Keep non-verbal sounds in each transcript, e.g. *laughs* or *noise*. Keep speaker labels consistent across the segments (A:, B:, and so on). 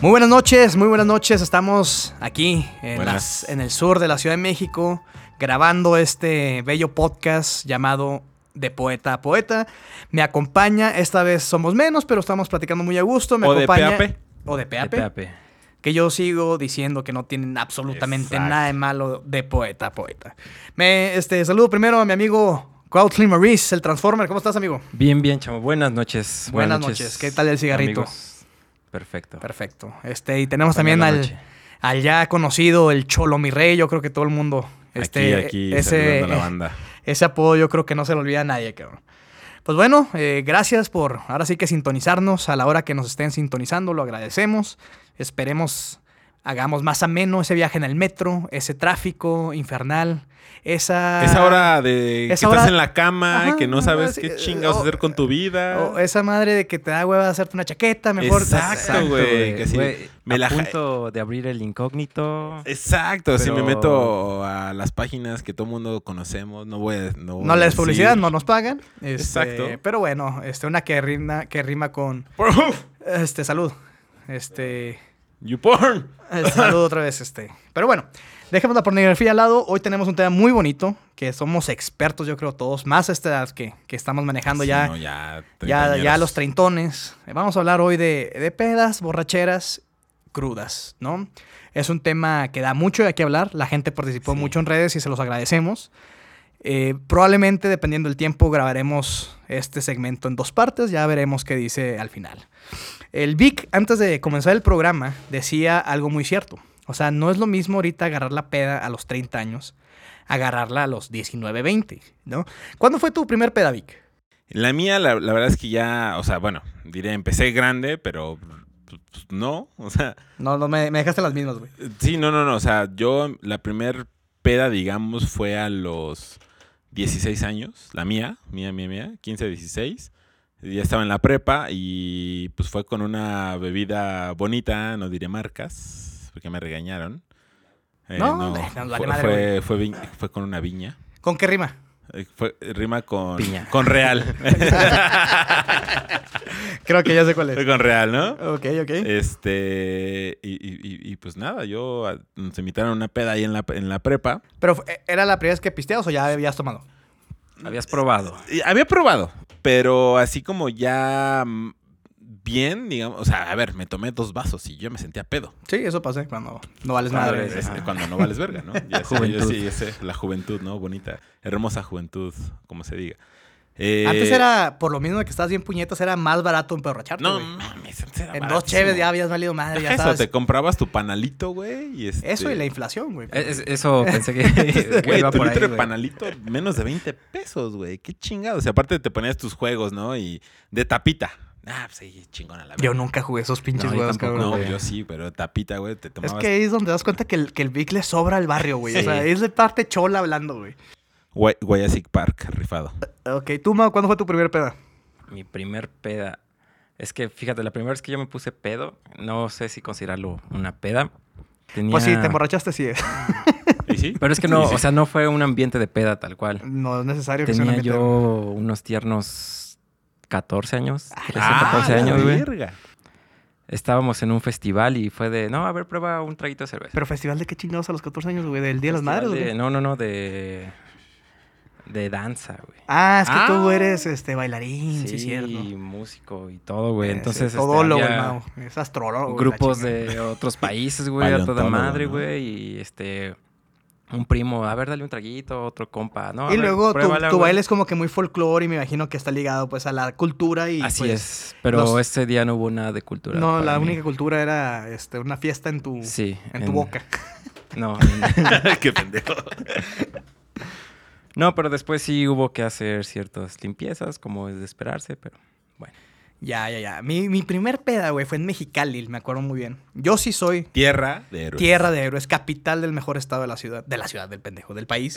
A: Muy buenas noches, muy buenas noches. Estamos aquí en,
B: Buenas.
A: las- en el sur de la Ciudad de México grabando este bello podcast llamado De Poeta a Poeta. Me acompaña, esta vez somos menos, pero estamos platicando muy a gusto. Me
B: O de
A: acompaña,
B: PAP.
A: O de PAP,
C: Pepe.
A: Que yo sigo diciendo que no tienen absolutamente
B: Exacto.
A: nada de malo de poeta a poeta. Me este, saludo primero a mi amigo Crowdsley Maurice, el Transformer. ¿Cómo estás, amigo?
C: Bien, bien, chamo. Buenas noches.
A: Buenas noches. ¿Qué tal el cigarrito?
C: amigos. Perfecto.
A: Perfecto. Este, y tenemos
C: Buena
A: también
C: la
A: al,
C: noche.
A: al ya conocido, el Cholo Mi Rey, yo creo que todo el mundo. Este,
B: aquí, aquí,
A: ese,
B: saludando a la banda.
A: ese apodo yo creo que no se lo olvida a nadie, cabrón. Pues bueno, eh, gracias por ahora sí que sintonizarnos a la hora que nos estén sintonizando, lo agradecemos. Esperemos hagamos más ameno ese viaje en el metro, ese tráfico infernal, esa...
B: Esa hora de que
A: esa
B: estás
A: hora-
B: en la cama
A: Ajá,
B: que no
A: Ah, ajá,
B: sabes
A: sí,
B: qué
A: eh,
B: chingados
A: o-
B: hacer con tu vida.
A: o esa madre de que te da hueva de hacerte una chaqueta, mejor...
B: Exacto, güey. que sí, me
C: Me
B: la
C: a
B: ja-
C: punto de abrir el incógnito.
B: Exacto, si me
C: Pero-
B: meto a las páginas que todo mundo conocemos, no voy a... No, voy
A: No
B: a
A: les
B: decir.
A: publicidad, no nos pagan. Este,
B: Exacto.
A: Pero bueno, este, una que rima, que rima con. Este, salud. Este.
B: You porn.
A: este, salud otra vez, este. Pero bueno, dejemos la pornografía al lado. Hoy tenemos un tema muy bonito que somos expertos, yo creo, todos, más a esta edad que, que estamos manejando
B: Sí,
A: ya.
B: no, ya,
A: ya, ya
B: treintañeros.
A: los treintones. Eh, Vamos a hablar hoy de, de pedas, borracheras crudas, ¿no? Es un tema que da mucho de qué hablar. La gente participó mucho en redes y se los agradecemos. Eh, probablemente, dependiendo del tiempo, grabaremos este segmento en dos partes. Ya veremos qué dice al final. El Vic, antes de comenzar el programa, decía algo muy cierto. O sea, no es lo mismo ahorita agarrar la peda a los 30 años, agarrarla a los 19, 20, ¿no? ¿Cuándo fue tu primer peda, Vic?
B: La mía, la, la verdad es que ya, o sea, bueno, diré, empecé grande, pero pues, no, o sea,
A: No, no, me, me dejaste las mismas, güey.
B: sí, no, no, no, o sea, yo la primer peda, digamos, fue a los 16 años, la mía, mía, mía, mía, 15, 16. Ya estaba en la prepa y pues fue con una bebida bonita, no diré marcas, porque me regañaron. Eh,
A: No, hombre, nos vale
B: fue,
A: madre,
B: fue, fue vi- fue con una viña.
A: ¿Con qué rima?
B: Eh, fue- rima con,
C: Piña.
A: *laughs*
B: con real.
A: Creo que ya sé cuál
B: Fue con real, ¿no?
A: ok, ok.
B: Este, y, y- y- y, pues nada, yo a- nos invitaron a una peda ahí en la, en la prepa.
A: Pero fu- eh, ¿era la primera vez que pisteabas o ya habías tomado?
C: Habías probado.
B: Y había probado, pero así como ya mm, bien, digamos, o sea, a ver, me tomé dos vasos y yo me sentía pedo.
A: Sí, eso pasé cuando no vales
C: Cuando
A: madre.
C: eres-
B: Es-
C: ajá.
B: cuando no vales verga,
A: *laughs*
B: ¿no? Ya sé,
C: Juventud.
B: yo sí, ya sé, la juventud, ¿no? Bonita, hermosa juventud, como se diga. Eh,
A: Antes era, por lo mismo que estabas bien puñetas, era más barato emperrocharte,
B: No,
A: güey.
B: mames, antes era
A: En dos
B: baratísimo.
A: cheves ya habías valido madre, ya
B: Deja Eso,
A: sabes.
B: te comprabas tu panalito, güey. Y este...
A: Eso y
B: *laughs*
A: la inflación, güey.
C: Eh, Es- es- eso pensé que, que
B: Güey,
C: iba
B: tu
C: por ahí.
B: litro de
C: güey.
B: panalito, menos de 20 pesos, güey. Qué chingado. O sea, aparte te ponías tus juegos, ¿no? Y de tapita. Ah, pues sí, chingona la
A: Yo
B: verga.
A: nunca jugué esos pinches
C: No, yo
A: huevos,
C: tampoco,
A: cabrón.
B: No,
C: güey.
B: yo sí, pero tapita, güey, te
A: Es
B: tomabas.
A: que ahí es donde das cuenta que el, que el Vic le sobra al barrio, güey. O
C: Sí.
A: sea, es de parte chola hablando, güey.
B: Guay- Guayasic Park, rifado.
A: Ok, tú, Mau, ¿cuándo fue tu primer peda?
C: Mi primer peda. Es que, fíjate, la primera vez que yo me puse pedo, no sé si considerarlo una peda. Tenía...
A: Pues sí, te emborrachaste, sí.
B: ¿Y sí?
C: Pero es que no,
B: Sí, sí.
C: o sea, no fue un ambiente de peda tal cual.
A: No es necesario que sea una
C: Tenía
A: mierda.
C: yo unos tiernos 14 años, 13,
B: Ah,
C: 14
B: la
C: años, güey.
B: verga.
C: Estábamos en un festival y fue de, no, a ver, prueba un traguito de cerveza.
A: Pero festival de qué chingados a los 14 años, güey, del Día de las
C: Festival
A: Madres,
C: de-
A: güey.
C: No, no, no, de. de danza, güey.
A: Ah, es que tú
B: Ah.
A: eres este bailarín, sí, es cierto.
C: y músico y todo, güey.
A: Ese
C: Entonces, este,
A: todólogo, el
C: había
A: Mau. Es astrólogo. güey, la
C: grupos
A: chingada. *laughs*
C: de otros países, güey, a toda
B: Paleontólogo,
C: madre,
B: ¿no?
C: güey. Y este. un primo, a ver, dale un traguito, otro compa, ¿no? a
A: Y
C: ver,
A: luego tu,
C: pruébala,
A: tu
C: güey.
A: baile es como que muy folclore y me imagino que está ligado pues a la cultura y
C: Así
A: pues,
C: es, pero
A: los-
C: ese día no hubo nada de cultura.
A: No,
C: para
A: la
C: mí.
A: única cultura era este, una fiesta en tu,
C: Sí,
A: en tu
C: en-
A: boca.
C: No,
A: *laughs*
C: en-
B: *laughs* qué pendejo.
C: no, pero después sí hubo que hacer ciertas limpiezas, como es de esperarse, pero bueno.
A: Ya, ya, ya. Mi, mi primer peda, güey, fue en Mexicali, me acuerdo muy bien. Yo sí soy
B: Tierra de héroes.
A: Tierra de héroes, capital del mejor estado de la ciudad, de la ciudad del pendejo, del país.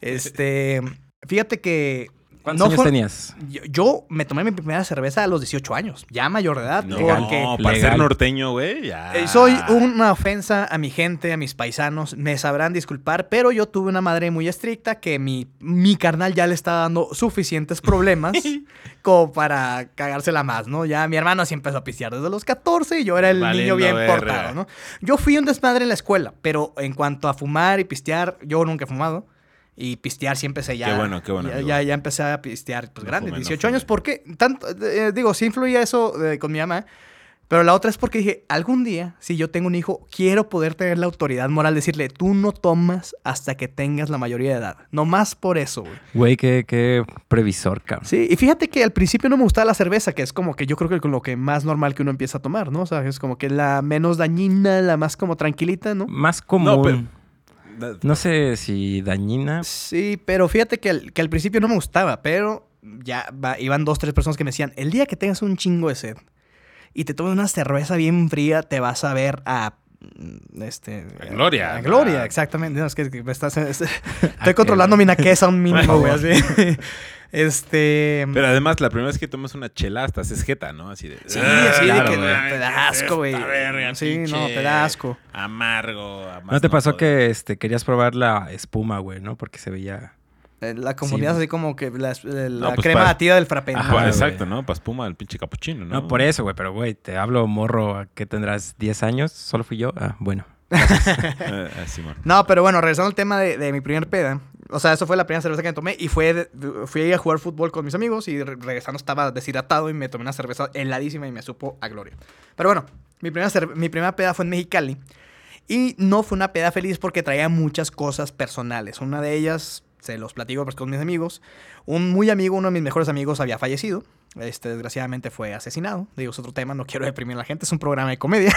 A: Este, fíjate que
C: ¿Cuántos
A: No
C: años
A: fue-
C: tenías?
A: Yo, yo me tomé mi primera cerveza a los 18 años, ya mayor de edad.
B: No,
C: Legal.
A: porque
B: para ser
C: Legal.
B: norteño, güey, ya.
A: eh, soy una ofensa a mi gente, a mis paisanos. Me sabrán disculpar, pero yo tuve una madre muy estricta que mi, mi carnal ya le estaba dando suficientes
B: *laughs*
A: problemas como para cagársela más, ¿no? Ya mi hermano sí empezó a pistear desde los 14 y yo era el
B: Valiendo
A: niño bien
B: verga.
A: portado, ¿no? Yo fui un desmadre en la escuela, pero en cuanto a fumar y pistear, yo nunca he fumado. Y pistear sí empecé ya.
B: Qué bueno, qué bueno,
A: Ya,
B: qué
A: ya,
B: bueno.
A: ya empecé a pistear, pues
B: No
A: grande,
B: fumé, no
A: 18
B: fumé.
A: años. ¿Por qué? Tanto, eh, digo, sí influía eso eh, con mi mamá. Pero la otra es porque dije, algún día, si yo tengo un hijo, quiero poder tener la autoridad moral, de decirle, tú no tomas hasta que tengas la mayoría de edad. No más por eso, güey.
C: Güey, qué, qué previsor, cabrón.
A: Sí, y fíjate que al principio no me gustaba la cerveza, que es como que yo creo que con lo que más normal que uno empieza a tomar, ¿no? O sea, es como que la menos dañina, la más como tranquilita, ¿no?
C: Más común.
B: No,
C: No,
B: pero- Da-
C: sé si dañina.
A: Sí, pero fíjate que al, que al principio no me gustaba, pero ya va- iban dos, tres personas que me decían, el día que tengas un chingo de sed y te tomes una cerveza bien fría, te vas a ver a... mm, Este,
B: A gloria.
A: a gloria,
B: Ah.
A: exactamente. No, es que que me
B: *laughs*
A: estás- es-
C: qué
A: estoy controlando mi naqueza a un mínimo, güey. así. *laughs* Este...
B: Pero además, la primera vez que tomas una chela, hasta haces jeta, ¿no? Así de.
A: Sí,
B: "Ah,
A: así de
B: claro,
A: que
B: güey,
A: te
B: ¿qué
A: da
B: es
A: asco, güey.
B: esta verga,
A: Sí, no,
B: pinche
A: te da asco.
B: Amargo, amargo.
C: ¿No te pasó que este, querías probar la espuma, güey, no? Porque se veía...
A: Eh, La comunidad
C: Sí.
A: así como que la, la
B: pues. No, pues,
A: crema
B: para-
A: batida del frappé.
C: Ajá,
A: Bueno,
B: exacto, ¿no? Para espuma, el pinche capuchino, ¿no?
C: No, por eso, güey, pero güey, te hablo morro que tendrás 10 años, solo fui yo. Ah, bueno.
B: Eh, ah, Simón.
A: No, pero bueno, regresando al tema de, de mi primer peda. O sea, eso fue la primera cerveza que me tomé y fue de- fui a jugar fútbol con mis amigos y re- regresando estaba deshidratado y me tomé una cerveza heladísima y me supo a gloria. Pero bueno, mi primera, cer- mi primera peda fue en Mexicali y no fue una peda feliz porque traía muchas cosas personales. Una de ellas, se los platico pues, con mis amigos, un muy amigo, uno de mis mejores amigos había fallecido. Este, desgraciadamente fue asesinado. Digo, es otro tema, no quiero deprimir a la gente, es un programa de comedia.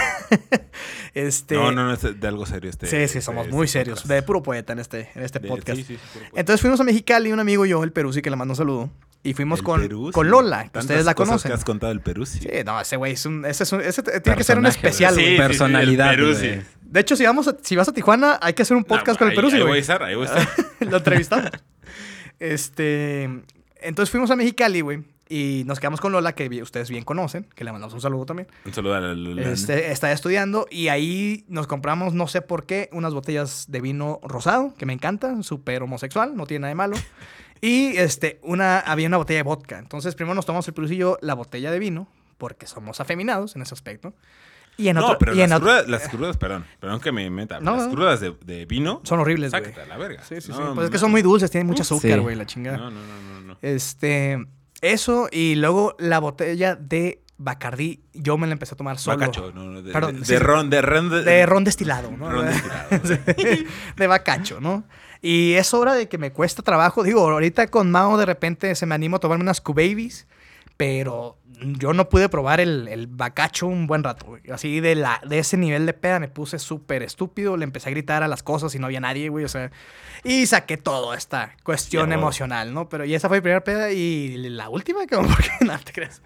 A: *laughs* este,
B: No, no, no, es de algo serio este.
A: Sí, sí, somos muy serios. De puro poeta en este, en este
B: De-
A: podcast.
B: sí, sí, sí, puro podcast.
A: Entonces fuimos a Mexicali, un amigo y yo, el Peruzzi, que le mando un saludo. Y fuimos
B: El
A: con,
B: Perú,
A: con
B: sí.
A: Lola, que
B: Tantas
A: ustedes la
B: cosas
A: conocen.
B: que has contado el Perú, sí.
A: Sí, no, ese güey es un. Ese es un- ese t- tiene que ser un
C: Personaje,
A: especial,
C: güey.
A: güey.
C: Sí. personalidad, güey.
A: De hecho, si, vamos a- si vas a Tijuana, hay que hacer un podcast con el
B: Perú,
A: Peruzzi,
B: Ahí voy a
A: güey.
B: estar, ahí voy a estar.
A: *laughs* Lo
B: *laughs*
A: entrevistamos. este. Entonces fuimos a Mexicali, güey. Y nos quedamos con Lola, que vi- ustedes bien conocen, que le mandamos un saludo también.
B: Un saludo a la Lola.
A: Este, está estudiando y ahí nos compramos, no sé por qué, unas botellas de vino rosado, que me encanta, súper homosexual, no tiene nada de
B: *laughs*
A: malo. Y este, una, había una botella de vodka. Entonces, primero nos tomamos el pelucillo la botella de vino, porque somos afeminados en ese aspecto. Y en otro.
B: No, pero
A: y en
B: las
A: otro-
B: crudas, las crudas, perdón, perdón que me meta.
A: No,
B: Las
A: no.
B: crudas de, de vino,
A: son horribles, güey.
B: sácate a la verga.
A: Sí, sí, sí.
B: No,
A: Pues es que
B: mames.
A: son muy dulces, tienen mucha
C: Sí.
A: azúcar, güey, la chingada.
B: No, no, no, no, no.
A: Este, eso y luego la botella de Bacardí, yo me la empecé a tomar solo.
B: Bacacho, no, no, de,
A: Perdón,
B: de,
A: sí,
B: de
A: sí.
B: ron, de ron.
A: De ron destilado, ¿no? *laughs*
B: Ron destilado.
A: de bacacho, ¿no? Y es hora de que me cuesta trabajo. Digo, ahorita con Mao de repente se me animo a tomarme unas Q-Babies, pero yo no pude probar el, el bacacho un buen rato. güey. Así de, la, de ese nivel de peda me puse súper estúpido, le empecé a gritar a las cosas y no había nadie, güey, o sea. Y saqué toda esta cuestión
B: Ya, güey.
A: emocional, ¿no? Pero y esa fue mi primera peda y la última, como *laughs* porque no te creas.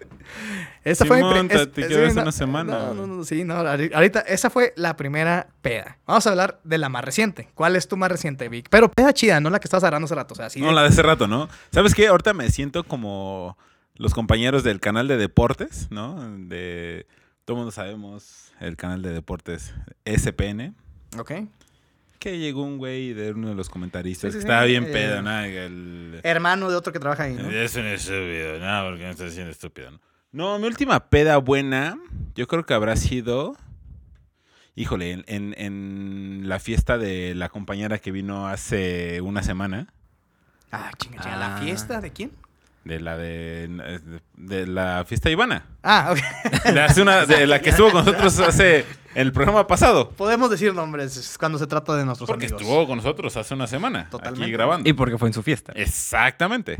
A: Esa fue mi
B: Simón,
A: pri-
B: te- te quedas
A: sí,
B: en una semana,
A: No,
B: güey.
A: no, no, sí, no. ahori- Ahorita, esa fue la primera peda. Vamos a hablar de la más reciente. ¿Cuál es tu más reciente, Vic? Pero peda chida, no la que estás agarrando hace rato. O sea, así.
B: No,
A: de-
B: la de hace rato, ¿no? ¿Sabes qué? Ahorita me siento como los compañeros del canal de deportes, ¿no? De. Todo el mundo sabemos el canal de deportes SPN.
A: Ok.
B: Que llegó un güey de uno de los comentaristas
A: Sí, sí,
B: que
A: sí.
B: estaba bien
A: Eh,
B: pedo, ¿no? El,
A: Hermano de otro que trabaja ahí, Eh, ¿no?
B: Es un estúpido, no, porque no estás siendo estúpido, ¿no? No, mi última peda buena, yo creo que habrá sido. Híjole, en, en- en la fiesta de la compañera que vino hace una semana,
A: Ah, chinga, chinga. ¿La
C: Ah.
A: fiesta de quién?
B: de la de, de la fiesta de Ivana,
A: Ah, ok. *laughs*
B: de, hace una, de la que estuvo con nosotros hace el programa pasado.
A: Podemos decir nombres cuando se trata de nuestros
B: Porque
A: amigos.
B: estuvo con nosotros hace una semana,
A: Totalmente.
B: aquí grabando.
C: Y porque fue en su fiesta.
B: Exactamente.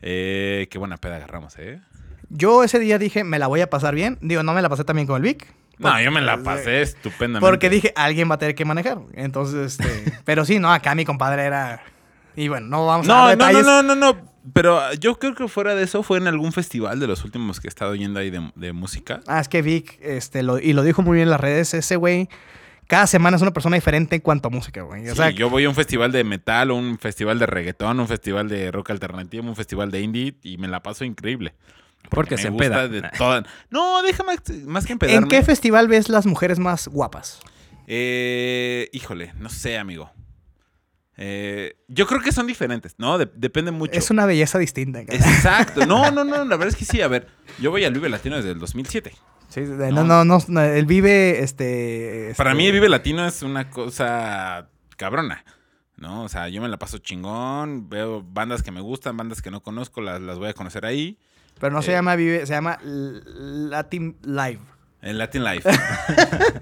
B: Eh, qué buena peda agarramos, ¿eh?
A: Yo ese día dije, me la voy a pasar bien. Digo, no me la pasé también con el Vic.
B: No, yo me la pasé estupendamente.
A: Porque dije, alguien va a tener que manejar. Entonces,
B: *laughs*
A: este. pero sí, no, acá mi compadre era. Y bueno, no vamos a
B: No,
A: dar
B: no,
A: detalles.
B: no, no, no, no. Pero ah, yo creo que fuera de eso fue en algún festival de los últimos que he estado yendo ahí de, de música.
A: Ah, es que Vic, este, lo, y lo dijo muy bien en las redes, ese güey cada semana es una persona diferente en cuanto a música, güey. O
B: Sí,
A: sea,
B: yo voy a un festival de metal, un festival de reggaetón, un festival de rock alternativo, un festival de indie y me la paso increíble.
C: Porque
B: me
C: se
B: gusta
C: empeda.
B: de toda- *laughs* No, déjame más que empedarme.
A: ¿en qué festival ves las mujeres más guapas?
B: Eh, híjole, no sé, amigo. Eh, yo creo que son diferentes, ¿no? De- depende mucho.
A: Es una belleza distinta. cabrón.
B: Exacto. No, no, no, la verdad es que sí. A ver, yo voy al Vive Latino desde el 2007.
A: Sí, de- no, no, no, no, él vive, este, este,
B: Para mí el Vive Latino es una cosa cabrona, ¿no? O sea, yo me la paso chingón, veo bandas que me gustan, bandas que no conozco, las, las voy a conocer ahí.
A: Pero no se
B: eh,
A: llama Vive, se llama L- Latin Live.
B: En Latin
A: *laughs*
B: Life.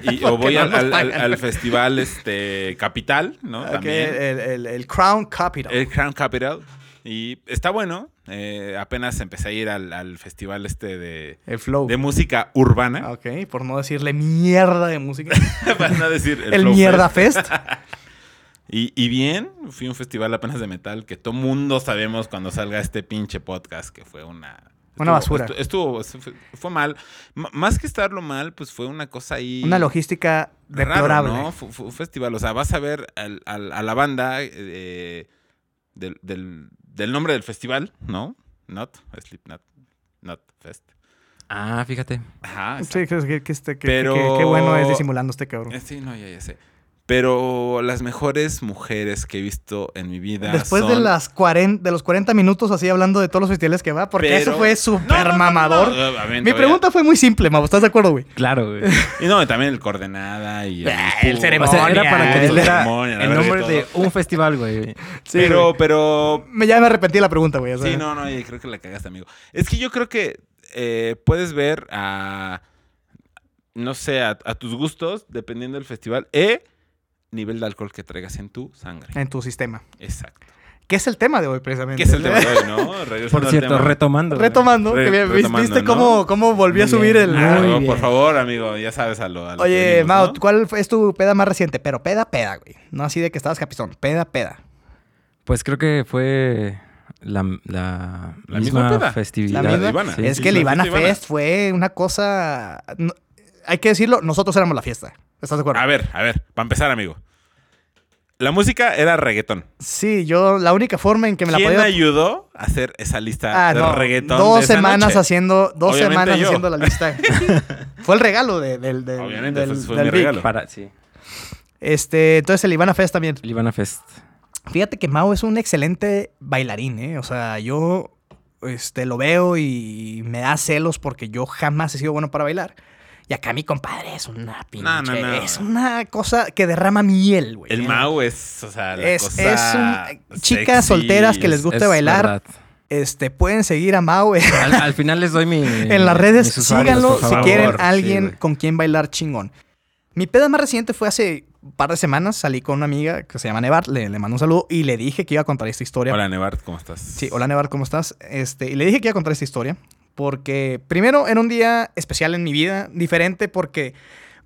B: y, o
A: Porque
B: voy
A: no
B: al,
A: nos
B: al- al-
A: pagan.
B: al festival este, Capital, ¿no?
A: Ok, eh,
B: También.
A: el, el- el Crown Capital.
B: El Crown Capital. Y está bueno. eh, apenas empecé a ir al, al festival este de,
A: el Flow.
B: de música urbana.
A: Ok, por no decirle mierda de
B: *laughs*
A: música.
B: Para no decir
A: el
B: Flow
A: Mierda
B: Fest.
A: Fest.
B: *laughs* Y, y bien, fui a un festival apenas de metal que todo mundo sabemos cuando salga este pinche podcast que fue una...
A: Una basura.
B: Estuvo, estuvo- fue, fue mal. M- más que estarlo mal, pues fue una cosa ahí...
A: Una logística
B: raro,
A: deplorable.
B: ¿no? Fue, fue un festival. O sea, vas a ver al- al- a la banda eh, del, del- del nombre del festival, ¿no? Not, Sleep Not, Not Fest.
C: Ah, fíjate.
B: Ajá,
A: Sí,
B: exacto.
A: que, que- que este- que-
B: Pero-
A: que- que bueno es disimulando este cabrón.
B: Eh, Sí, no, ya, ya sé. Pero las mejores mujeres que he visto en mi vida
A: Después de
B: son-
A: las 40, de los 40 minutos así hablando de todos los festivales que va, porque eso
B: Pero-
A: fue
B: No, no,
A: súper
B: no, no,
A: mamador.
B: no, obviamente,
A: Mi
B: obvia-
A: pregunta fue muy simple, Mavo. ¿Estás de acuerdo, güey?
C: Claro, güey.
B: Y no, también el coordenada y...
A: Ah, el
B: público.
C: O sea, era para que
A: Ceremonia,
C: le diera
B: ceremonia, la
C: el
B: verga y
C: nombre
B: todo.
C: de un festival, güey.
B: Pero, pero...
A: Me, ya me arrepentí de la pregunta, güey. o sea.
B: Sí, no, no, y creo que la cagaste, amigo. Es que yo creo que eh, puedes ver a, no sé, a, a tus gustos, dependiendo del festival, e nivel de alcohol que traigas en tu sangre.
A: En tu sistema.
B: Exacto.
A: ¿Qué es el tema de hoy, precisamente?
B: Que es el tema de hoy, ¿no?
C: Por
B: Regresando al
C: cierto,
B: tema.
C: retomando. güey.
A: Retomando,
B: Re-
A: que vi-
B: retomando,
A: ¿viste
B: ¿no?
A: cómo, cómo volví a
C: Muy
A: subir
C: bien.
A: el...
B: Ah,
C: Muy
B: no, por
C: bien.
B: favor, amigo, ya sabes a lo, a lo que
A: Oye,
B: venimos,
A: Mao,
B: ¿no?
A: ¿cuál fue- es tu peda más reciente? Pero peda, peda, güey. No así de que estabas capizón. Peda, peda.
C: Pues creo que fue la, la,
B: La misma
C: misma,
B: peda.
C: festividad.
A: La misma.
B: Ivana.
C: Sí,
A: es
C: sí,
A: que el
B: la
A: Ivana
B: fiesta Ivana.
A: Fest fue una cosa... no- hay que decirlo, nosotros éramos la fiesta. ¿Estás de acuerdo?
B: A ver, a ver, para empezar, amigo. La música era reggaetón.
A: Sí, yo la única forma en que me la
B: ¿Quién
A: podía...
B: ayudó a hacer esa lista
A: Ah,
B: de
A: no.
B: reggaetón?
A: Dos
B: de esa
A: semanas
B: noche?
A: haciendo, dos
B: Obviamente
A: semanas
B: yo.
A: haciendo la
B: *laughs*
A: lista. fue el regalo de- del, del,
B: Obviamente,
A: del-
B: fue- fue
A: del
B: mi
A: Vic.
B: regalo.
C: Para, sí.
A: Este, entonces el Ivana Fest también.
C: El Ivana Fest.
A: Fíjate que Mao es un excelente bailarín, ¿eh? O sea, yo este, lo veo y me da celos porque yo jamás he sido bueno para bailar. Y acá mi compadre es una pinche...
B: No, no, no.
A: Es una cosa que derrama miel, güey. ¿eh?
B: El Mau es, o sea, la
A: Es-
B: cosa
A: es un- chicas
B: sexy,
A: solteras que les
B: es-
A: gusta
C: Es
A: bailar.
C: verdad.
A: Este, pueden seguir a Mao en-
C: *laughs* Al, al final les doy mi.
A: en las redes.
C: mis usuarios,
A: Síganlo
C: por
A: si
C: favor.
A: quieren
C: Sí,
A: alguien
C: güey.
A: con quien bailar chingón. Mi peda más reciente fue hace un par de semanas. Salí con una amiga que se llama Nevar. Le, le mando un saludo y le dije que iba a contar esta historia.
B: Hola, Nebart, ¿cómo estás?
A: Sí, hola Nevar, ¿cómo estás? Este, y le dije que iba a contar esta historia porque primero era un día especial en mi vida, diferente porque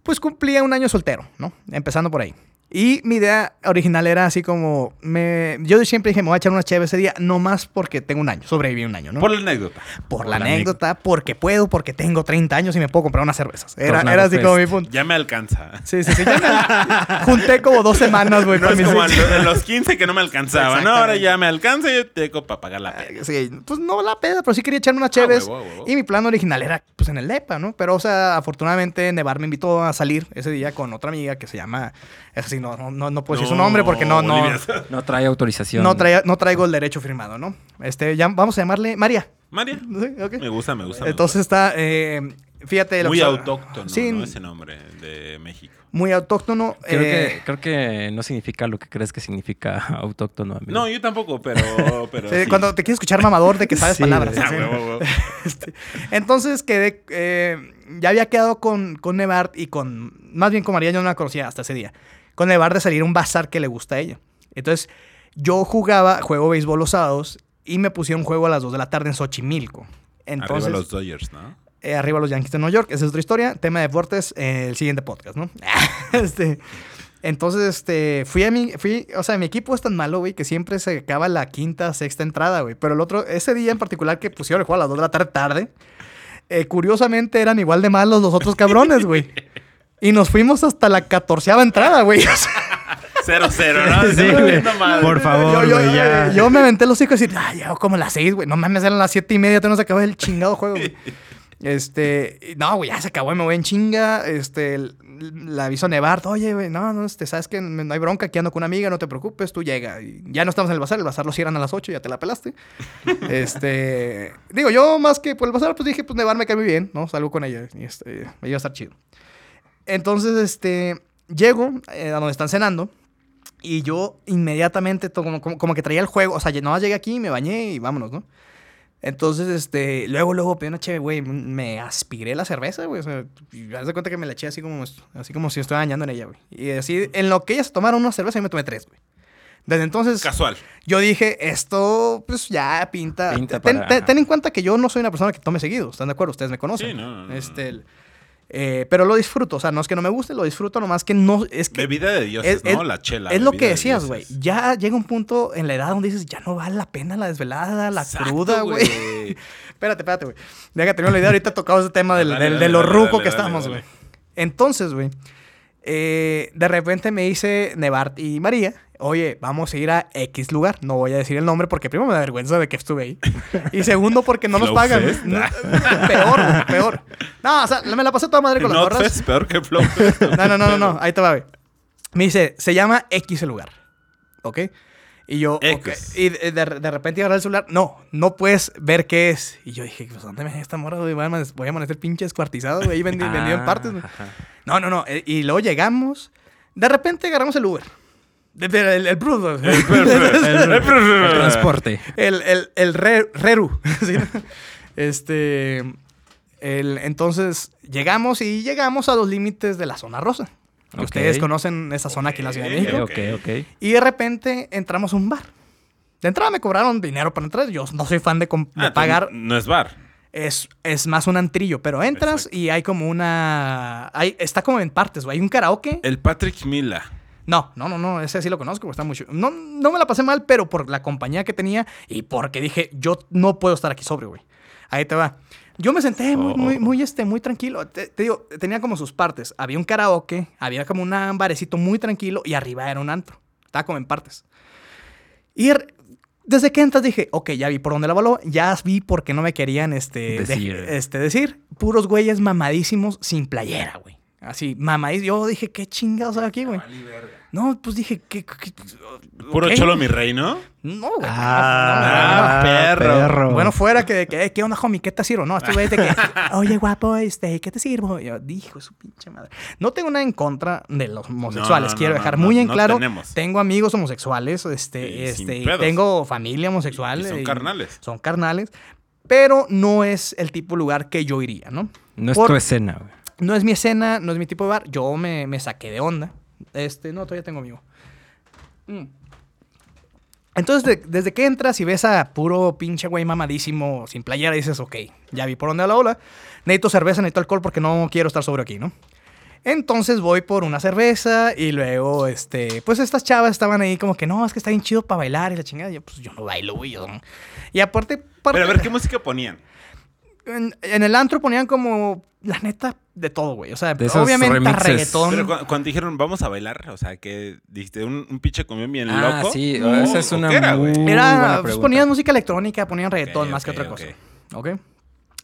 A: pues cumplía un año soltero, ¿no? Empezando por ahí. Y mi idea original era así como me yo siempre dije, me voy a echar una chévere ese día, no más porque tengo un año, sobreviví un año, ¿no?
B: Por la anécdota.
A: Por la anécdota, porque puedo, porque tengo 30 años y me puedo comprar unas cervezas. Era,
C: Tornado
A: era así como mi
C: Fest.
A: punto.
B: Ya me alcanza.
A: Sí, sí, sí. ya me-
B: *laughs*
A: junté como dos semanas, güey.
B: No
A: para
B: es
A: mis-
B: como en lo- en los 15 que no me alcanzaba. No, ahora
A: Exactamente.
B: ya me alcanza y yo tengo para pagar la pena.
A: Sí, pues no la peda, pero sí quería echarme unas chéves.
B: Ah, huevo, huevo.
A: Y mi plan original era, pues, en el DEPA, ¿no? Pero, o sea, afortunadamente, Nevar me invitó a salir ese día con otra amiga que se llama... Es así, no, no, no, no puedo decir su nombre porque no, no...
B: Olivia.
C: No trae autorización.
A: No, traía- no traigo el derecho firmado, ¿no? Este, ya, vamos a llamarle María.
B: María.
A: Sí, ok.
B: Me gusta, me gusta. me
A: Entonces está... eh, fíjate...
B: gusta.
A: lo
B: Muy
A: que-
B: autóctono,
A: Sí,
B: ¿no? Ese nombre de México.
A: muy autóctono.
C: Creo,
A: eh,
C: que, creo que no significa lo que crees que significa *laughs* autóctono. amigo.
B: No, yo tampoco, pero. pero
A: sí,
B: sí.
A: Cuando te ¿eh? quieres escuchar mamador de que sabes
C: Sí,
A: palabras.
C: güey.
B: Ah,
A: así,
B: huevo,
A: ¿no?
B: huevo.
A: *laughs* Este, entonces quedé. eh, ya había quedado con, con Nevart y con. Más bien con María, yo no la conocía hasta ese día. Con Nevart de salir a un bazar que le gusta a ella. Entonces, yo jugaba, juego béisbol los sábados y me pusieron juego a las 2 de la tarde en Xochimilco. Entonces,
B: Arriba los Dodgers, ¿no?
A: eh, arriba los Yankees de Nueva York. Esa es otra historia. Tema de deportes, eh, el siguiente podcast, ¿no? *laughs* este, entonces, este, fui a mi, fui, o sea, mi equipo es tan malo, güey, que siempre se acaba la quinta, sexta entrada, güey. Pero el otro, ese día en particular que pusieron el juego a las 2 de la tarde, tarde eh, curiosamente eran igual de malos los otros cabrones, güey. Y nos fuimos hasta la catorceava entrada, güey. *laughs* O sea,
B: Cero, cero,
A: *laughs*
B: ¿no?
D: Sí, güey. Por favor,
A: yo, yo-
D: güey, ya.
A: yo me aventé los hijos y decir, ah, llevo como las seis, güey. No mames, eran las siete y media, todavía no se acabó el chingado juego,
D: *laughs*
A: güey. Este, y no, güey, ya se acabó, me voy en chinga. Este, el- la aviso a Nevart, oye, güey, no, no, este, sabes que no hay bronca, aquí ando con una amiga, no te preocupes, tú llega. Y ya no estamos en el bazar, el bazar lo cierran a las 8, ya te la pelaste.
D: *laughs*
A: este, digo, yo más que por el bazar, pues dije, pues Nevart me cae muy bien, ¿no? Salgo con ella, y este, me iba a estar chido. Entonces, este, llego eh, a donde están cenando. Y yo inmediatamente, to- como, como- como que traía el juego, o sea, nada más llegué aquí, me bañé y vámonos, ¿no? Entonces, este, luego, luego pedí una cheve, güey, me aspiré la cerveza, güey, o sea, y haz de cuenta que me la eché así como, así como si estuviera bañando en ella, güey. Y así, en lo que ellas tomaron una cerveza, yo me tomé tres, güey. Desde entonces,
B: Casual.
A: yo dije, esto, pues ya pinta.
C: Pinta
A: ten,
C: para-
A: ten- ten en cuenta que yo no soy una persona que tome seguido, ¿están de acuerdo? Ustedes me conocen.
B: Sí, no, no, no.
A: Este, el- eh, pero lo disfruto, o sea, no es que no me guste, lo disfruto, nomás que no, es que
B: Bebida de dioses,
A: Es-
B: ¿no?
A: es-
B: la chela.
A: es lo
B: bebida
A: que
B: de
A: decías, güey.
B: dioses.
A: Ya llega un punto en la edad donde dices, ya no vale la pena la desvelada, la
B: Exacto,
A: cruda, güey. *laughs* espérate, espérate, güey. Ya que terminó la idea, ahorita tocaba ese tema del,
B: Dale,
A: del-
B: dale,
A: de lo
B: dale,
A: ruco
B: dale,
A: que
B: dale,
A: estamos,
B: dale.
A: güey. Entonces, güey, eh, de repente me dice Nevart y María, oye, vamos a ir a X lugar. No voy a decir el nombre porque, primero, me da vergüenza de que estuve ahí. Y segundo, porque no nos
B: Flow
A: pagan.
B: Fest.
A: No, *laughs* peor, güey, peor. No, o sea, me la pasé toda madre con las
B: Not
A: gorras.
B: Fest, peor que Flow. *laughs*
A: *laughs* No, no, no, no, no. Ahí te va, güey. Me dice, se llama X el lugar. ¿Ok? Y yo, ok.
B: X.
A: Y de, de- de repente agarrar el celular. No, no puedes ver qué es. Y yo dije, pues, ¿dónde me dejé esta morra, güey? Voy a amane- voy a amanecer pinche descuartizado, güey. Ahí vendi-
C: Ah,
A: vendido en partes, güey.
C: ajá.
A: No, no, no. eh, Y luego llegamos. De repente agarramos el Uber. De- de- El, el, Bruce, güey. *laughs*
C: El transporte.
A: El, el, el re- Reru. *laughs* ¿sí? Este. el- entonces, llegamos y llegamos a los límites de la zona rosa. que
C: Ok.
A: Ustedes conocen esa zona aquí en la Ciudad de
B: *laughs* Ok,
A: México.
C: Ok, ok.
A: Y de repente entramos a un bar. De entrada me cobraron dinero para entrar. Yo no soy fan de, com- de
B: Ah,
A: pagar.
B: No es bar.
A: Es, es más un antrillo, pero entras y hay como una. Hay, está como en partes, güey. Hay un karaoke.
B: El Patrick Mila.
A: No, no, no, no, ese sí lo conozco, está mucho. No, no me la pasé mal, pero por la compañía que tenía y porque dije, yo no puedo estar aquí sobre, güey. Ahí te va. Yo me senté muy, muy, muy, este, muy tranquilo. Te, te digo, tenía como sus partes. Había un karaoke, había como una- un barecito muy tranquilo y arriba era un antro. Estaba como en partes. Y er- desde que entras dije, ok, ya vi por dónde la voló, ya vi por qué no me querían este, de-
C: Decir.
A: este, decir. Puros güeyes mamadísimos sin playera, güey. Así, mamadísimos. Yo dije, qué chingados hay aquí, güey. No, pues dije, ¿qué? qué- qué-
B: Puro
A: ok.
B: cholo mi rey, ¿no?
A: No, güey.
D: Ah,
B: no, no, no.
D: perro.
A: no, no, no. Bueno, fuera que, que, eh, ¿qué onda, homie? ¿Qué te sirvo? No, este güey de que, oye, guapo, este, ¿qué te sirvo? Y Yo, dijo, su pinche madre. No tengo nada en contra de los homosexuales.
B: No, no,
A: Quiero
B: no,
A: dejar
B: no,
A: muy
B: no,
A: en
B: no
A: claro.
B: tenemos.
A: Tengo amigos homosexuales, este,
B: Y sin
A: este, y
B: pedos.
A: tengo familia homosexual.
B: Y son
A: eh,
B: carnales.
A: Son carnales. Pero no es el tipo de lugar que yo iría, ¿no?
C: No es
A: Por-
C: tu escena, güey.
A: No es mi escena, no es mi tipo de bar. Yo me, me saqué de onda. Este, no, todavía tengo amigo. Mm. Entonces, de- desde que entras y ves a puro pinche güey mamadísimo, sin playera, dices, ok, ya vi por dónde va la ola. Necesito cerveza, necesito alcohol porque no quiero estar sobre aquí, ¿no? Entonces voy por una cerveza y luego, este, pues estas chavas estaban ahí como que, no, es que está bien chido para bailar y la chingada. Y Yo, pues yo no bailo, güey. yo no". Y aparte, parte-
B: Pero a ver, ¿qué música ponían?
A: en, en el antro ponían como, la neta, de todo, güey. O sea,
C: De esos
A: obviamente
C: remixes.
A: reggaetón.
B: Pero cu- cuando, dijeron vamos a bailar, o sea, que dijiste un, un pinche comión bien
C: Ah,
B: loco.
C: sí,
B: ¿O-
C: esa es
B: o
C: una
B: qué era, güey?
C: muy buena
A: Era, pues
C: pregunta.
A: ponían música electrónica, ponían reggaetón
B: Ok,
A: más
B: ok,
A: que otra cosa.
B: ok.
A: ¿Ok?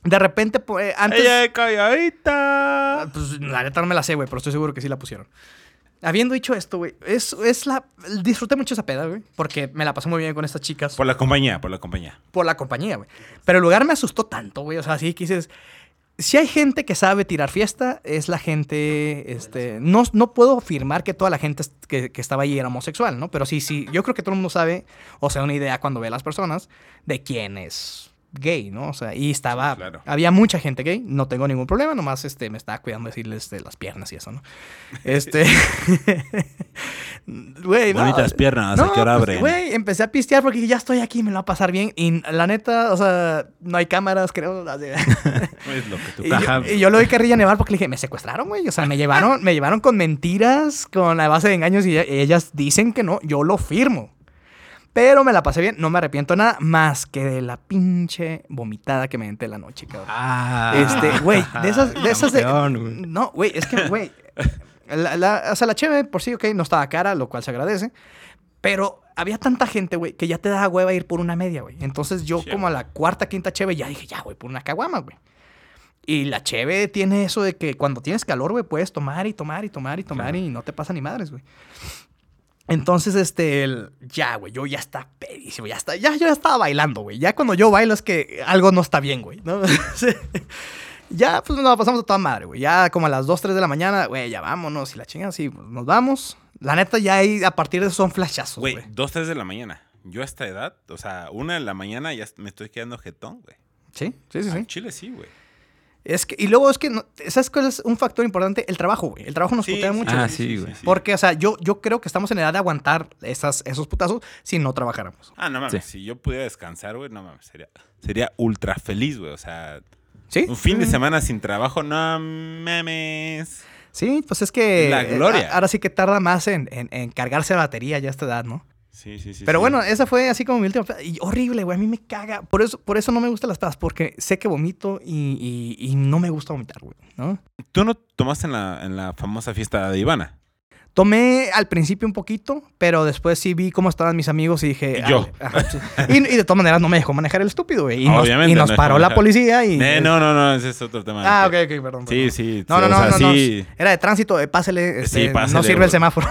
A: De repente, po- eh, antes...
B: Ella es calladita.
A: Pues la neta no me la sé, güey, pero estoy seguro que sí la pusieron. Habiendo dicho esto, güey, es, es la... Disfruté mucho esa peda, güey, porque me la pasé muy bien con estas chicas por,
B: Por la compañía, por la compañía.
A: la compañía, güey. Pero el lugar me asustó tanto, güey, o sea, sí que dices... Si hay gente que sabe tirar fiesta, es la gente, este... No, no puedo afirmar que toda la gente est- que, que estaba ahí era homosexual, ¿no? Pero sí, sí, yo creo que todo el mundo sabe, o sea, una idea cuando ve a las personas de quién es gay, ¿no? O sea, y estaba...
B: Sí, claro.
A: Había mucha gente gay, no tengo ningún problema, nomás este, me estaba cuidando de decirles este, las piernas y eso, ¿no? Este. *laughs* Güey, no.
B: Bonitas piernas, ¿a
A: No,
B: qué hora
A: pues,
B: abren?
A: Güey, empecé a pistear porque dije, ya estoy aquí, me lo va a pasar bien. Y la neta, o sea, no hay cámaras, creo. así.
B: *laughs* Es lo que tú
A: y, yo, y yo le doy carrilla a Nevar porque le dije, me secuestraron, güey. O sea, me llevaron, me e-, llevaron con mentiras, con la base de engaños y ellas dicen que no, yo lo firmo. Pero me la pasé bien, no me arrepiento de nada más que de la pinche vomitada que me entré la noche, cabrón.
C: Ah.
A: Este,
B: *laughs*
A: güey, de esas, de esas de.
D: Campeón, güey.
A: No, güey, es que, güey. La, la- o sea, la cheve por sí, ok, no estaba cara, lo cual se agradece. Pero había tanta gente, güey, que ya te daba hueva ir por una media, güey. Entonces yo,
B: Sí,
A: como a la cuarta, quinta cheve, ya dije, ya, güey, por una caguama, güey. Y la cheve tiene eso de que cuando tienes calor, güey, puedes tomar y tomar y tomar y tomar y no te pasa ni madres, güey. Entonces, este, el- ya, güey, yo ya estaba pedísimo, ya está, ya yo ya estaba bailando, güey. Ya cuando yo bailo es que algo no está bien, güey, ¿no? *laughs* Sí. ya, pues nos la pasamos a toda madre, güey. Ya como a las 2, 3 de la mañana, güey, ya vámonos y la chingan, sí, pues, nos vamos. La neta, ya ahí a partir de eso son flashazos,
B: Güey,
A: güey.
B: dos, tres de la mañana. Yo a esta edad, o sea, una de la mañana ya me estoy quedando jetón, güey.
A: Sí, sí, sí,
B: Al
A: sí.
B: Chile sí, güey.
A: Es que, y luego es que, no- ¿sabes cuál es un factor importante? El trabajo, güey. El trabajo nos
B: Sí,
A: putea
B: sí,
A: mucho.
C: Ah,
A: güey.
C: sí, güey.
A: Porque, o sea, yo, yo creo que estamos en edad de aguantar esas, esos putazos si no trabajáramos.
B: Ah, no mames,
C: Sí.
B: si yo pudiera descansar, güey, no mames, sería, sería ultra feliz, güey. O sea,
A: ¿Sí?
B: un fin de
A: Ujú.
B: semana sin trabajo, no mames.
A: Sí, pues es que.
B: La
A: eh,
B: gloria.
A: a- ahora sí que tarda más en, en- en cargarse la batería ya a esta edad, ¿no?
B: Sí, sí, sí.
A: Pero
B: sí.
A: bueno, esa fue así como mi última. peda. Y horrible, güey. A mí me caga. Por eso, por eso no me gustan las pedas, porque sé que vomito y, y- y no me gusta vomitar, güey, ¿no?
B: ¿Tú no tomaste en la, en la famosa fiesta de Ivana?
A: Tomé al principio un poquito, pero después sí vi cómo estaban mis amigos y dije.
B: Y yo.
A: "Ah, ajá, sí". Y, y de todas maneras no me dejó manejar el estúpido, güey. Y nos,
B: Obviamente
A: y nos
B: no dejó
A: paró la
B: manejar.
A: policía y.
B: Eh, no, no, no, ese es otro tema.
A: Ah, ok, ok, perdón. perdón.
B: Sí, sí.
A: No, no,
B: o
A: no,
B: sea,
A: no, no,
B: sí,
A: Era de tránsito, de pásele, este,
B: Sí, pásele,
A: no sirve
B: güey.
A: el semáforo.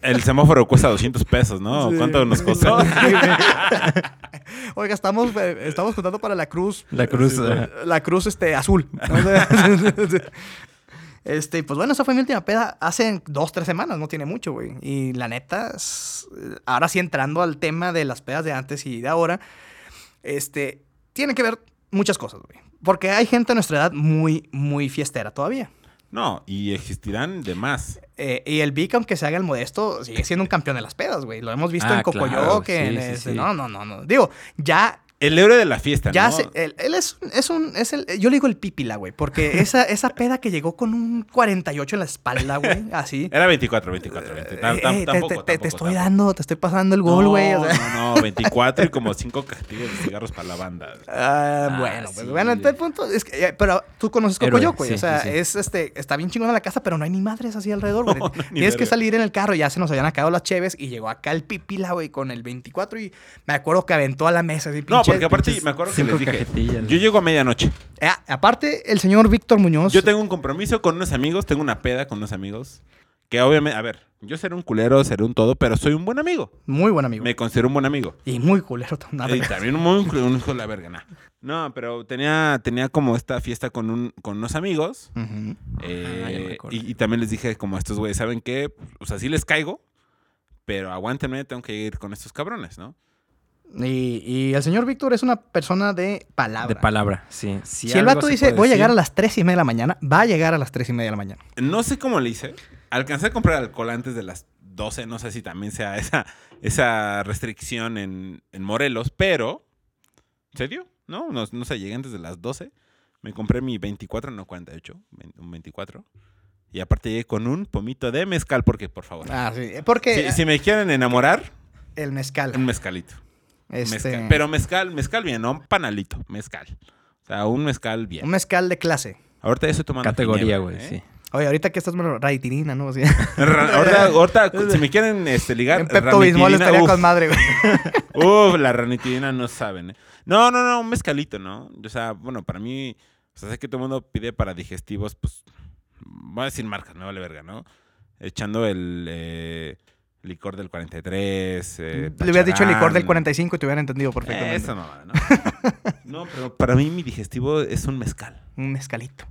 B: El semáforo cuesta 200 pesos, ¿no?
A: Sí.
B: ¿Cuánto nos costó?
A: *laughs* Oiga, estamos, eh, estamos contando para la cruz.
C: La cruz.
A: eh,
C: ajá.
A: La cruz este, azul. Entonces, *laughs* este, pues bueno, esa fue mi última peda hace dos, tres semanas, no tiene mucho, güey. Y la neta, es- ahora sí entrando al tema de las pedas de antes y de ahora, este, tiene que ver muchas cosas, güey. Porque hay gente a nuestra edad muy, muy fiestera todavía.
B: No, y existirán de más.
A: Eh, y el Vic, aunque se haga el modesto, sigue siendo un campeón de las pedas, güey. Lo hemos visto
C: Ah,
A: en Cocoyo,
C: claro,
A: que
C: sí,
A: en
C: sí,
A: este-
C: sí.
A: no, no, no, no. Digo, ya,
B: El héroe de la fiesta,
A: ya eh,
B: ¿no?
A: se- él, él es, es un, es el, yo le digo el pípila, güey,
B: *laughs*
A: porque esa, esa peda que llegó con un 48 en la espalda, güey,
B: *laughs*
A: así.
B: Era 24, 24, 20. Eh, Tam-
A: Eh,
B: tam-
A: te- te, te-
B: tampoco,
A: te
B: tampoco,
A: estoy
B: tampoco.
A: dando, te estoy pasando el gol,
B: No,
A: güey. o sea.
B: No, no, 24 y como 5 castigos de cigarros para la banda.
A: Ah,
C: Ah,
A: bueno, pues
C: sí.
A: bueno, hasta el punto es que, eh, pero tú conoces
C: Héroe,
A: Cocoyoc, güey,
C: sí,
A: o sea,
C: sí, sí.
A: es este, está bien chingona la casa, pero no hay ni madres así alrededor, güey.
B: *laughs* No, no hay ni
A: Tienes que
B: verga.
A: salir en el carro, ya se nos habían acabado las cheves y llegó acá el pipila, güey, con el 24 y me acuerdo que aventó a la mesa. así,
B: No,
A: pinche-
B: porque aparte
A: pinches-
B: me acuerdo que
C: Cinco
B: les dije,
C: cajetillas.
B: yo llego a medianoche.
A: Eh, aparte, el señor Víctor Muñoz.
B: Yo tengo un compromiso con unos amigos, tengo una peda con unos amigos. Que obviamente, a ver, yo seré un culero, seré un todo, pero soy un buen amigo.
A: Muy buen amigo.
B: Me considero un buen amigo.
A: Y muy culero. *laughs* tan- nada,
B: Y también muy un, un hijo de la verga, nah. No, pero tenía, tenía como esta fiesta con, un, con unos amigos.
A: Ujú.
B: eh,
C: ya me acuerdo.
B: y, y también les dije como a estos güeyes, ¿saben qué? O sea, sí les caigo, pero aguántenme, tengo que ir con estos cabrones, ¿no?
A: Y, y el señor Víctor es una persona de palabra.
C: De palabra, sí. Si,
A: Si el
C: algo
A: vato
C: se
A: dice,
C: puede
A: voy a llegar a
C: decir-
A: las 3 y media de la mañana, va a llegar a las 3 y media de la mañana.
B: No sé cómo le hice. Alcancé a comprar alcohol antes de las 12. No sé si también sea esa, esa restricción en, en Morelos, pero se dio, ¿no? ¿no? no sé, llegué antes de las 12. Me compré mi 24, no 48, ve- un 24. Y aparte llegué con un pomito de mezcal, porque por favor.
A: Ah, sí. Porque
B: si, si me quieren enamorar,
A: el mezcal.
B: un mezcalito.
A: este,
B: Mezcal. Pero mezcal, mezcal bien, no un panalito, mezcal. O sea, un mezcal bien.
A: Un mezcal de clase.
B: Ahorita ya estoy tomando.
C: Categoría,
B: ginebra,
C: güey,
B: ¿eh?
C: sí.
A: Oye, ahorita que estás bueno, raitirina, ¿no? Así.
B: Ra-
A: *laughs*
B: Ahorita, ahorita, si me quieren este, ligar,
A: en Pepto Bismol
B: ranitidina,
A: estaría
B: uf,
A: con madre, güey.
B: *laughs* Uf, la ranitidina no saben. ¿eh? No, no, no, un mezcalito, ¿no? O sea, bueno, para mí, o sea, sé que todo el mundo pide para digestivos, pues, voy a decir marcas, me vale verga, ¿no? Echando el eh, licor del 43. eh,
A: Le hubieras dicho el licor del
B: Pacharán.
A: 45 y te hubieran entendido
B: Eh,
A: perfectamente.
B: esa
A: *laughs*
B: mamada, ¿no? no, pero para mí mi digestivo es un mezcal.
A: Un mezcalito.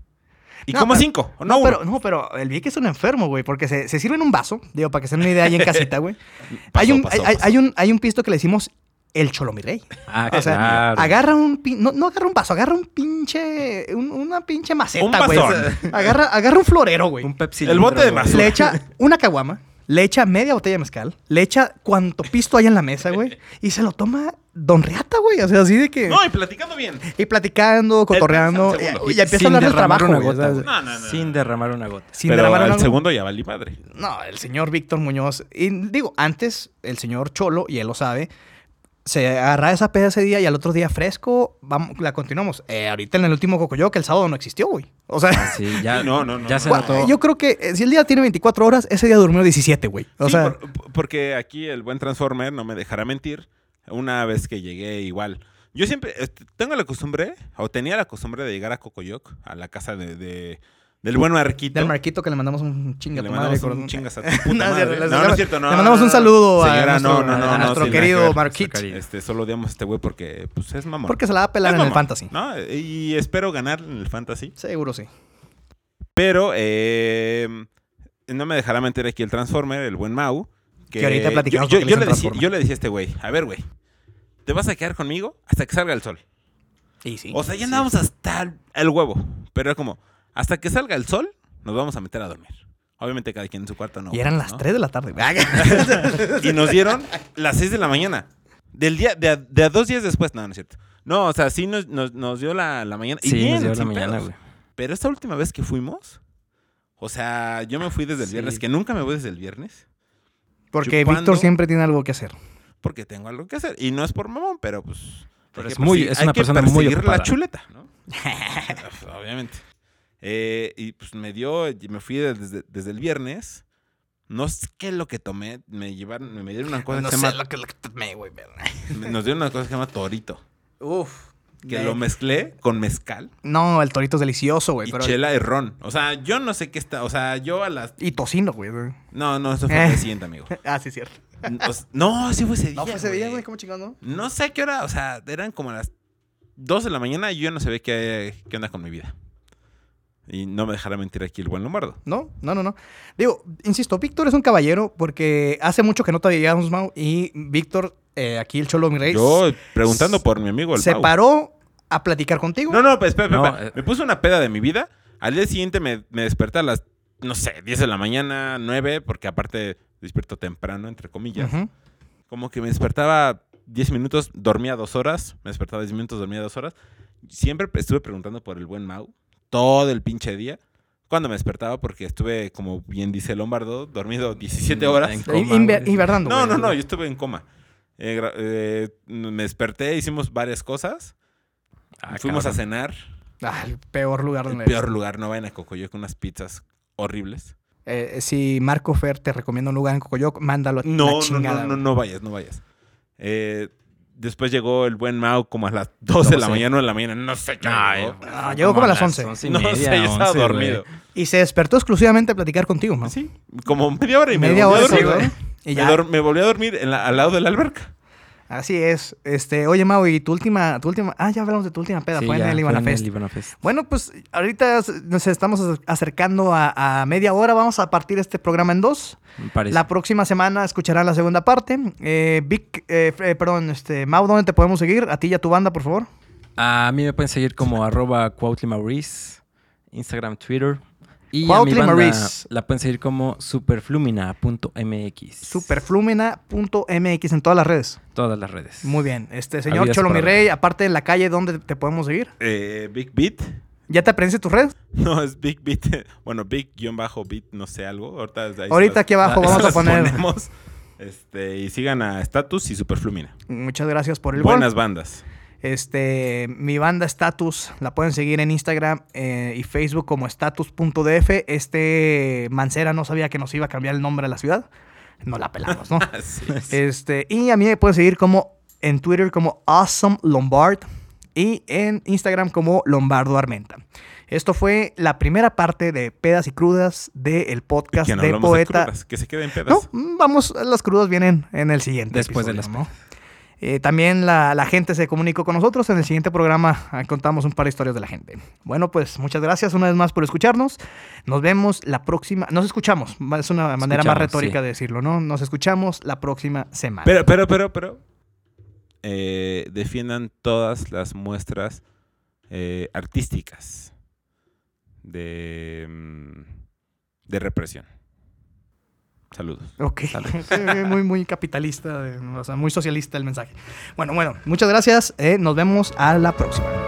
B: Y
A: No,
B: como
A: pero-
B: cinco, no,
A: No,
B: uno.
A: pero, no, pero el Vic es un enfermo, güey, porque se, se sirve en un vaso, digo, para que se den una idea
B: *laughs*
A: ahí en casita, güey. hay,
B: Pasó,
A: un,
B: pasó,
A: hay,
B: pasó.
A: hay un, hay un pisto que le decimos el Cholomirrey.
C: Ah,
A: O sea,
C: claro.
A: agarra un pin- no, no agarra un vaso, agarra un pinche un- una pinche
B: Un
A: maceta, güey.
B: vasón.
A: Agarra agarra un florero, güey.
C: Un Pepsi.
B: El bote de
C: Lindro, güey.
B: basura.
A: Le echa una caguama, le echa media botella de mezcal, le echa cuanto pisto hay en la mesa, güey, y se lo toma Don Riata, güey. O sea, así de que.
B: No, y platicando bien.
A: Y platicando, cotorreando. eh,
B: tercer segundo.
A: Y, y ya empieza a hablar del trabajo,
C: una
A: güey,
C: gota.
A: ¿sabes?
C: güey.
B: No, no, no,
C: Sin
B: no.
C: derramar una gota.
A: Sin
B: Pero
A: derramar
B: al
A: algo.
B: segundo ya valí madre.
A: No, el señor Víctor Muñoz. Y digo, antes, el señor Cholo, y él lo sabe, se agarra esa peda ese día y al otro día fresco, vamos, la continuamos. Eh, ahorita en el último Cocoyo, que el sábado no existió, güey. O sea,
C: Sí,
B: *laughs*
C: ya,
B: Sí, no, no, no,
C: ya
B: no.
C: Ah, se
A: cua- *laughs*
C: notó.
A: yo creo que eh, si el día tiene 24 horas, ese día durmió 17, güey. O
B: Sí,
A: sea,
B: por- por- porque aquí el buen Transformer no me dejará mentir. Una vez que llegué, igual. Yo siempre eh, tengo la costumbre, o tenía la costumbre de llegar a Cocoyoc, a la casa de, de- del buen Marquito.
A: del Marquito que le mandamos un chinga
B: Le
A: a tu
B: mandamos
A: madre.
B: un
A: corazón. *laughs*
B: chingas a tu puta
A: No, es cierto,
B: madre.
A: les-
B: No, no es cierto, no,
A: Le mandamos un saludo a
B: Señora,
A: nuestro,
B: no, no, no,
A: a
B: no,
A: nuestro
B: sin nada que
A: querido
B: ver.
A: Marquito.
C: Nuestro
B: Este, solo odiamos a este güey porque pues, es mamón.
A: Porque se la va a pelar
B: Es
A: en el
B: mamón,
A: fantasy.
B: ¿no? Y espero ganar en el fantasy.
A: Seguro sí.
B: Pero eh, no me dejará mentir aquí el Transformer, el buen Mau.
A: Que ahorita platicamos
B: yo,
A: por qué le dicen
B: yo- yo le decía,
A: Transformer.
B: yo le decía a este güey, a ver, güey, ¿te vas a quedar conmigo hasta que salga el sol?
A: Y sí.
B: O sea, ya andábamos hasta el, el huevo. Pero era como, hasta que salga el sol, nos vamos a meter a dormir. Obviamente cada quien en su cuarto no.
A: y eran
B: güey,
A: las
B: ¿no?
A: 3 de la tarde. güey.
C: *laughs*
B: *laughs* Y nos dieron las 6 de la mañana. Del día, de a, de a dos días después. No, no es cierto. No, o sea, sí nos, nos- nos dio la, la mañana. Y
C: Sí,
B: bien,
C: nos dio la
B: sin
C: mañana,
B: pedos.
C: güey.
B: Pero esta última vez que fuimos, o sea, yo me fui desde el
C: Sí.
B: viernes, que nunca me voy desde el viernes,
A: Porque
B: Chupando.
A: Víctor siempre tiene algo que hacer.
B: porque tengo algo que hacer. Y no es por mamón, pero pues.
C: Pero
B: hay
C: es
B: que
C: muy-
B: persi-
C: es
B: hay
C: una
B: que
C: persona muy
B: perseguir la
C: ocupada.
B: chuleta,
C: *laughs*
B: ¿no? *laughs* Pues, Obviamente. Eh, y pues me dio, y me fui desde, desde el viernes. No sé qué es lo que tomé. Me llevaron, me dieron una cosa que se llama.
A: que lo que tomé, güey. pero-
B: Nos dieron una cosa que se llama torito.
A: Uf.
B: Que
A: Me-
B: lo mezclé con mezcal
A: No, el torito es delicioso, güey.
B: y
A: pero-
B: chela y ron. O sea, yo no sé qué está. O sea, yo a las.
A: Y tocino, güey.
B: No, no, eso fue
A: Eh.
B: el siguiente, amigo.
A: Ah, sí, cierto.
B: O sea, no, sí fue ese día.
A: No, fue ese día, güey. ¿Cómo chingón, no?
B: No sé a qué hora, o sea, eran como las 2 de la mañana y yo no sabía qué, qué onda con mi vida. Y no me dejará mentir aquí el buen Lombardo.
A: No, no, no, no. Digo, insisto, Víctor es un caballero porque hace mucho que no te veíamos, Mau. Y Víctor, eh, aquí el Cholo, mi rey,
B: Yo preguntando por mi amigo el
A: se
B: Pau.
A: paró a platicar contigo.
B: No, no, pues, espera, espera,
C: No,
B: espera.
C: eh.
B: Me puse una peda de mi vida. Al día siguiente me, me desperté a las, no sé, 10 de la mañana, 9, porque aparte despierto temprano, entre comillas.
A: Ujú.
B: Como que me despertaba 10 minutos, dormía 2 horas, me despertaba 10 minutos, dormía 2 horas. Siempre pre- estuve preguntando por el buen Mau todo el pinche día. Cuando me despertaba, porque estuve, como bien dice Lombardo, dormido 17 horas.
C: Mm, En
A: Y-
C: coma,
A: inver-
C: güey.
A: Invernando,
B: No,
A: güey.
B: no, no, yo estuve en coma. Eh, gra- eh, me desperté, hicimos varias cosas.
C: Ah,
B: Fuimos
C: cabrón.
B: a cenar.
A: Ah, el peor lugar
B: El
A: donde
B: peor lugar, no vayan a Cocoyoc unas pizzas horribles.
A: Eh, si Marco Fer te recomienda un lugar en Cocoyoc, mándalo a la
B: No, no,
A: chingada.
B: no, no,
A: güey.
B: no vayas, no vayas. Eh, después llegó el buen Mao como a las 2 de la
C: Doce.
B: mañana o de la mañana. No sé qué.
C: No,
B: llegó.
C: yo-
A: Ah, llegó como a las 11.
C: once y
B: *laughs* no
C: media,
B: sé, yo estaba
C: 11, güey.
B: dormido.
A: Y se despertó exclusivamente a platicar contigo, Mau.
B: Sí, como media hora y me
A: Media
B: volví
A: hora,
B: a dormir.
A: sí, güey. Y
B: Me
A: ya.
B: dor- me volví a dormir en la- al lado de la alberca.
A: Así es. Este, oye, Mau, y tu última, tu última. Ah, ya hablamos de tu última peda.
C: Sí,
A: fue en
C: ya,
A: el
C: fue
A: Ivana
C: en el
A: Fest.
C: Ivana Fest.
A: Bueno, pues ahorita s- nos estamos ac- acercando a, a media hora. Vamos a partir este programa en dos.
C: Me parece.
A: La próxima semana escucharán la segunda parte. Eh, Vic, eh, f- eh, perdón, este, Mau, ¿dónde te podemos seguir? A ti y a tu banda, por favor.
C: A mí me pueden seguir como arroba cuautlimauriz, Instagram, Twitter. Y a mi banda
A: Cuautlimauriz.
C: la pueden seguir como superflumina.mx.
A: Superflumina.mx en todas las redes.
C: Todas las redes.
A: Muy bien. Este, señor
C: Habidas
A: Cholo
C: por
A: mi
C: haber.
A: rey, aparte de la calle, ¿dónde te podemos seguir?
B: Eh, Big Beat.
A: ¿Ya te aprendiste tus redes?
B: *laughs* No, es Big Beat. *laughs* Bueno, Big-Beat, no sé algo. Ahorita, desde ahí se
A: Ahorita
B: las-
A: aquí abajo
B: se
A: vamos a
B: las
A: poner.
B: ponemos. Este, y sigan a Status y Superflumina.
A: Muchas gracias por el gol.
B: Buenas bandas. *laughs*
A: Este, mi banda Status la pueden seguir en Instagram eh, y Facebook como status.df. Este Mancera no sabía que nos iba a cambiar el nombre de la ciudad. No la pelamos,
B: *laughs*
A: ¿no?
B: Sí.
A: *laughs* este, y a mí me pueden seguir como en Twitter como Awesome Lombard y en Instagram como Lombardo Armenta. Esto fue la primera parte de Pedas y Crudas del podcast
B: Que no
A: de
B: hablamos
A: Poeta.
B: crudas, que se queden pedas.
A: No, mm, vamos, las crudas vienen en el siguiente.
C: Después de
A: episodio, ¿no? Eh, también la, la gente se comunicó con nosotros. En el siguiente programa ah, contamos un par de historias de la gente. Bueno, pues muchas gracias una vez más por escucharnos. Nos vemos la próxima. Nos escuchamos. ma- Es una manera más
C: Escuchamos,
A: retórica
C: sí.
A: de decirlo, ¿no? Nos escuchamos la próxima semana.
B: Pero, pero, pero, pero. eh, defiendan todas las muestras eh, artísticas de, mm, de represión. Saludos.
A: Ok.
C: Saludos.
A: *laughs* Sí, muy, muy capitalista, de- o sea, muy socialista el mensaje. Bueno, bueno, muchas gracias. eh, nos eh, vemos a la próxima.